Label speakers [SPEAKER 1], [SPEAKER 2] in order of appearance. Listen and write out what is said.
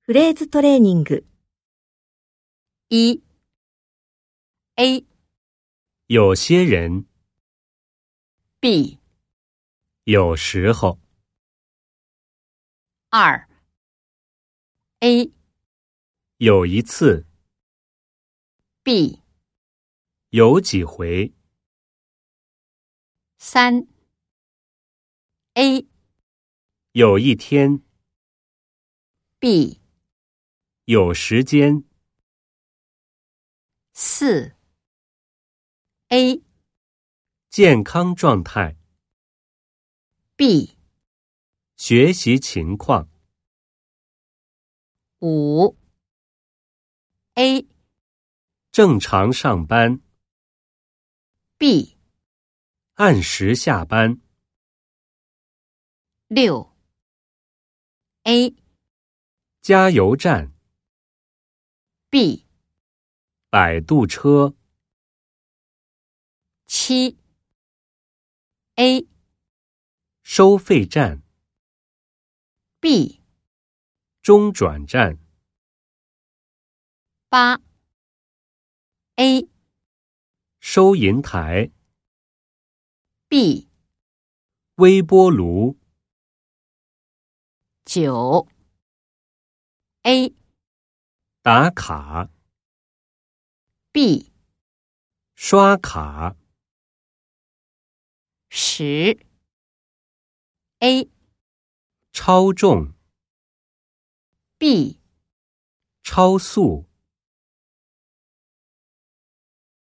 [SPEAKER 1] フレーズトレーニング。
[SPEAKER 2] 一 A
[SPEAKER 3] 有些人，
[SPEAKER 2] B
[SPEAKER 3] 有时候，
[SPEAKER 2] 二 A
[SPEAKER 3] 有一次，
[SPEAKER 2] B
[SPEAKER 3] 有几回，
[SPEAKER 2] 三 A
[SPEAKER 3] 有一天，
[SPEAKER 2] B
[SPEAKER 3] 有时间，
[SPEAKER 2] 四 A
[SPEAKER 3] 健康状态，
[SPEAKER 2] B
[SPEAKER 3] 学习情况，
[SPEAKER 2] 五 A
[SPEAKER 3] 正常上班，
[SPEAKER 2] B
[SPEAKER 3] 按时下班，
[SPEAKER 2] 六 A
[SPEAKER 3] 加油站，
[SPEAKER 2] B
[SPEAKER 3] 摆渡车，
[SPEAKER 2] 七 A
[SPEAKER 3] 收费站，
[SPEAKER 2] B
[SPEAKER 3] 中转站，
[SPEAKER 2] 八 A
[SPEAKER 3] 收银台，
[SPEAKER 2] B
[SPEAKER 3] 微波炉，
[SPEAKER 2] 九 A
[SPEAKER 3] 打卡，
[SPEAKER 2] B
[SPEAKER 3] 刷卡，
[SPEAKER 2] 十 A
[SPEAKER 3] 超重，
[SPEAKER 2] B
[SPEAKER 3] 超速。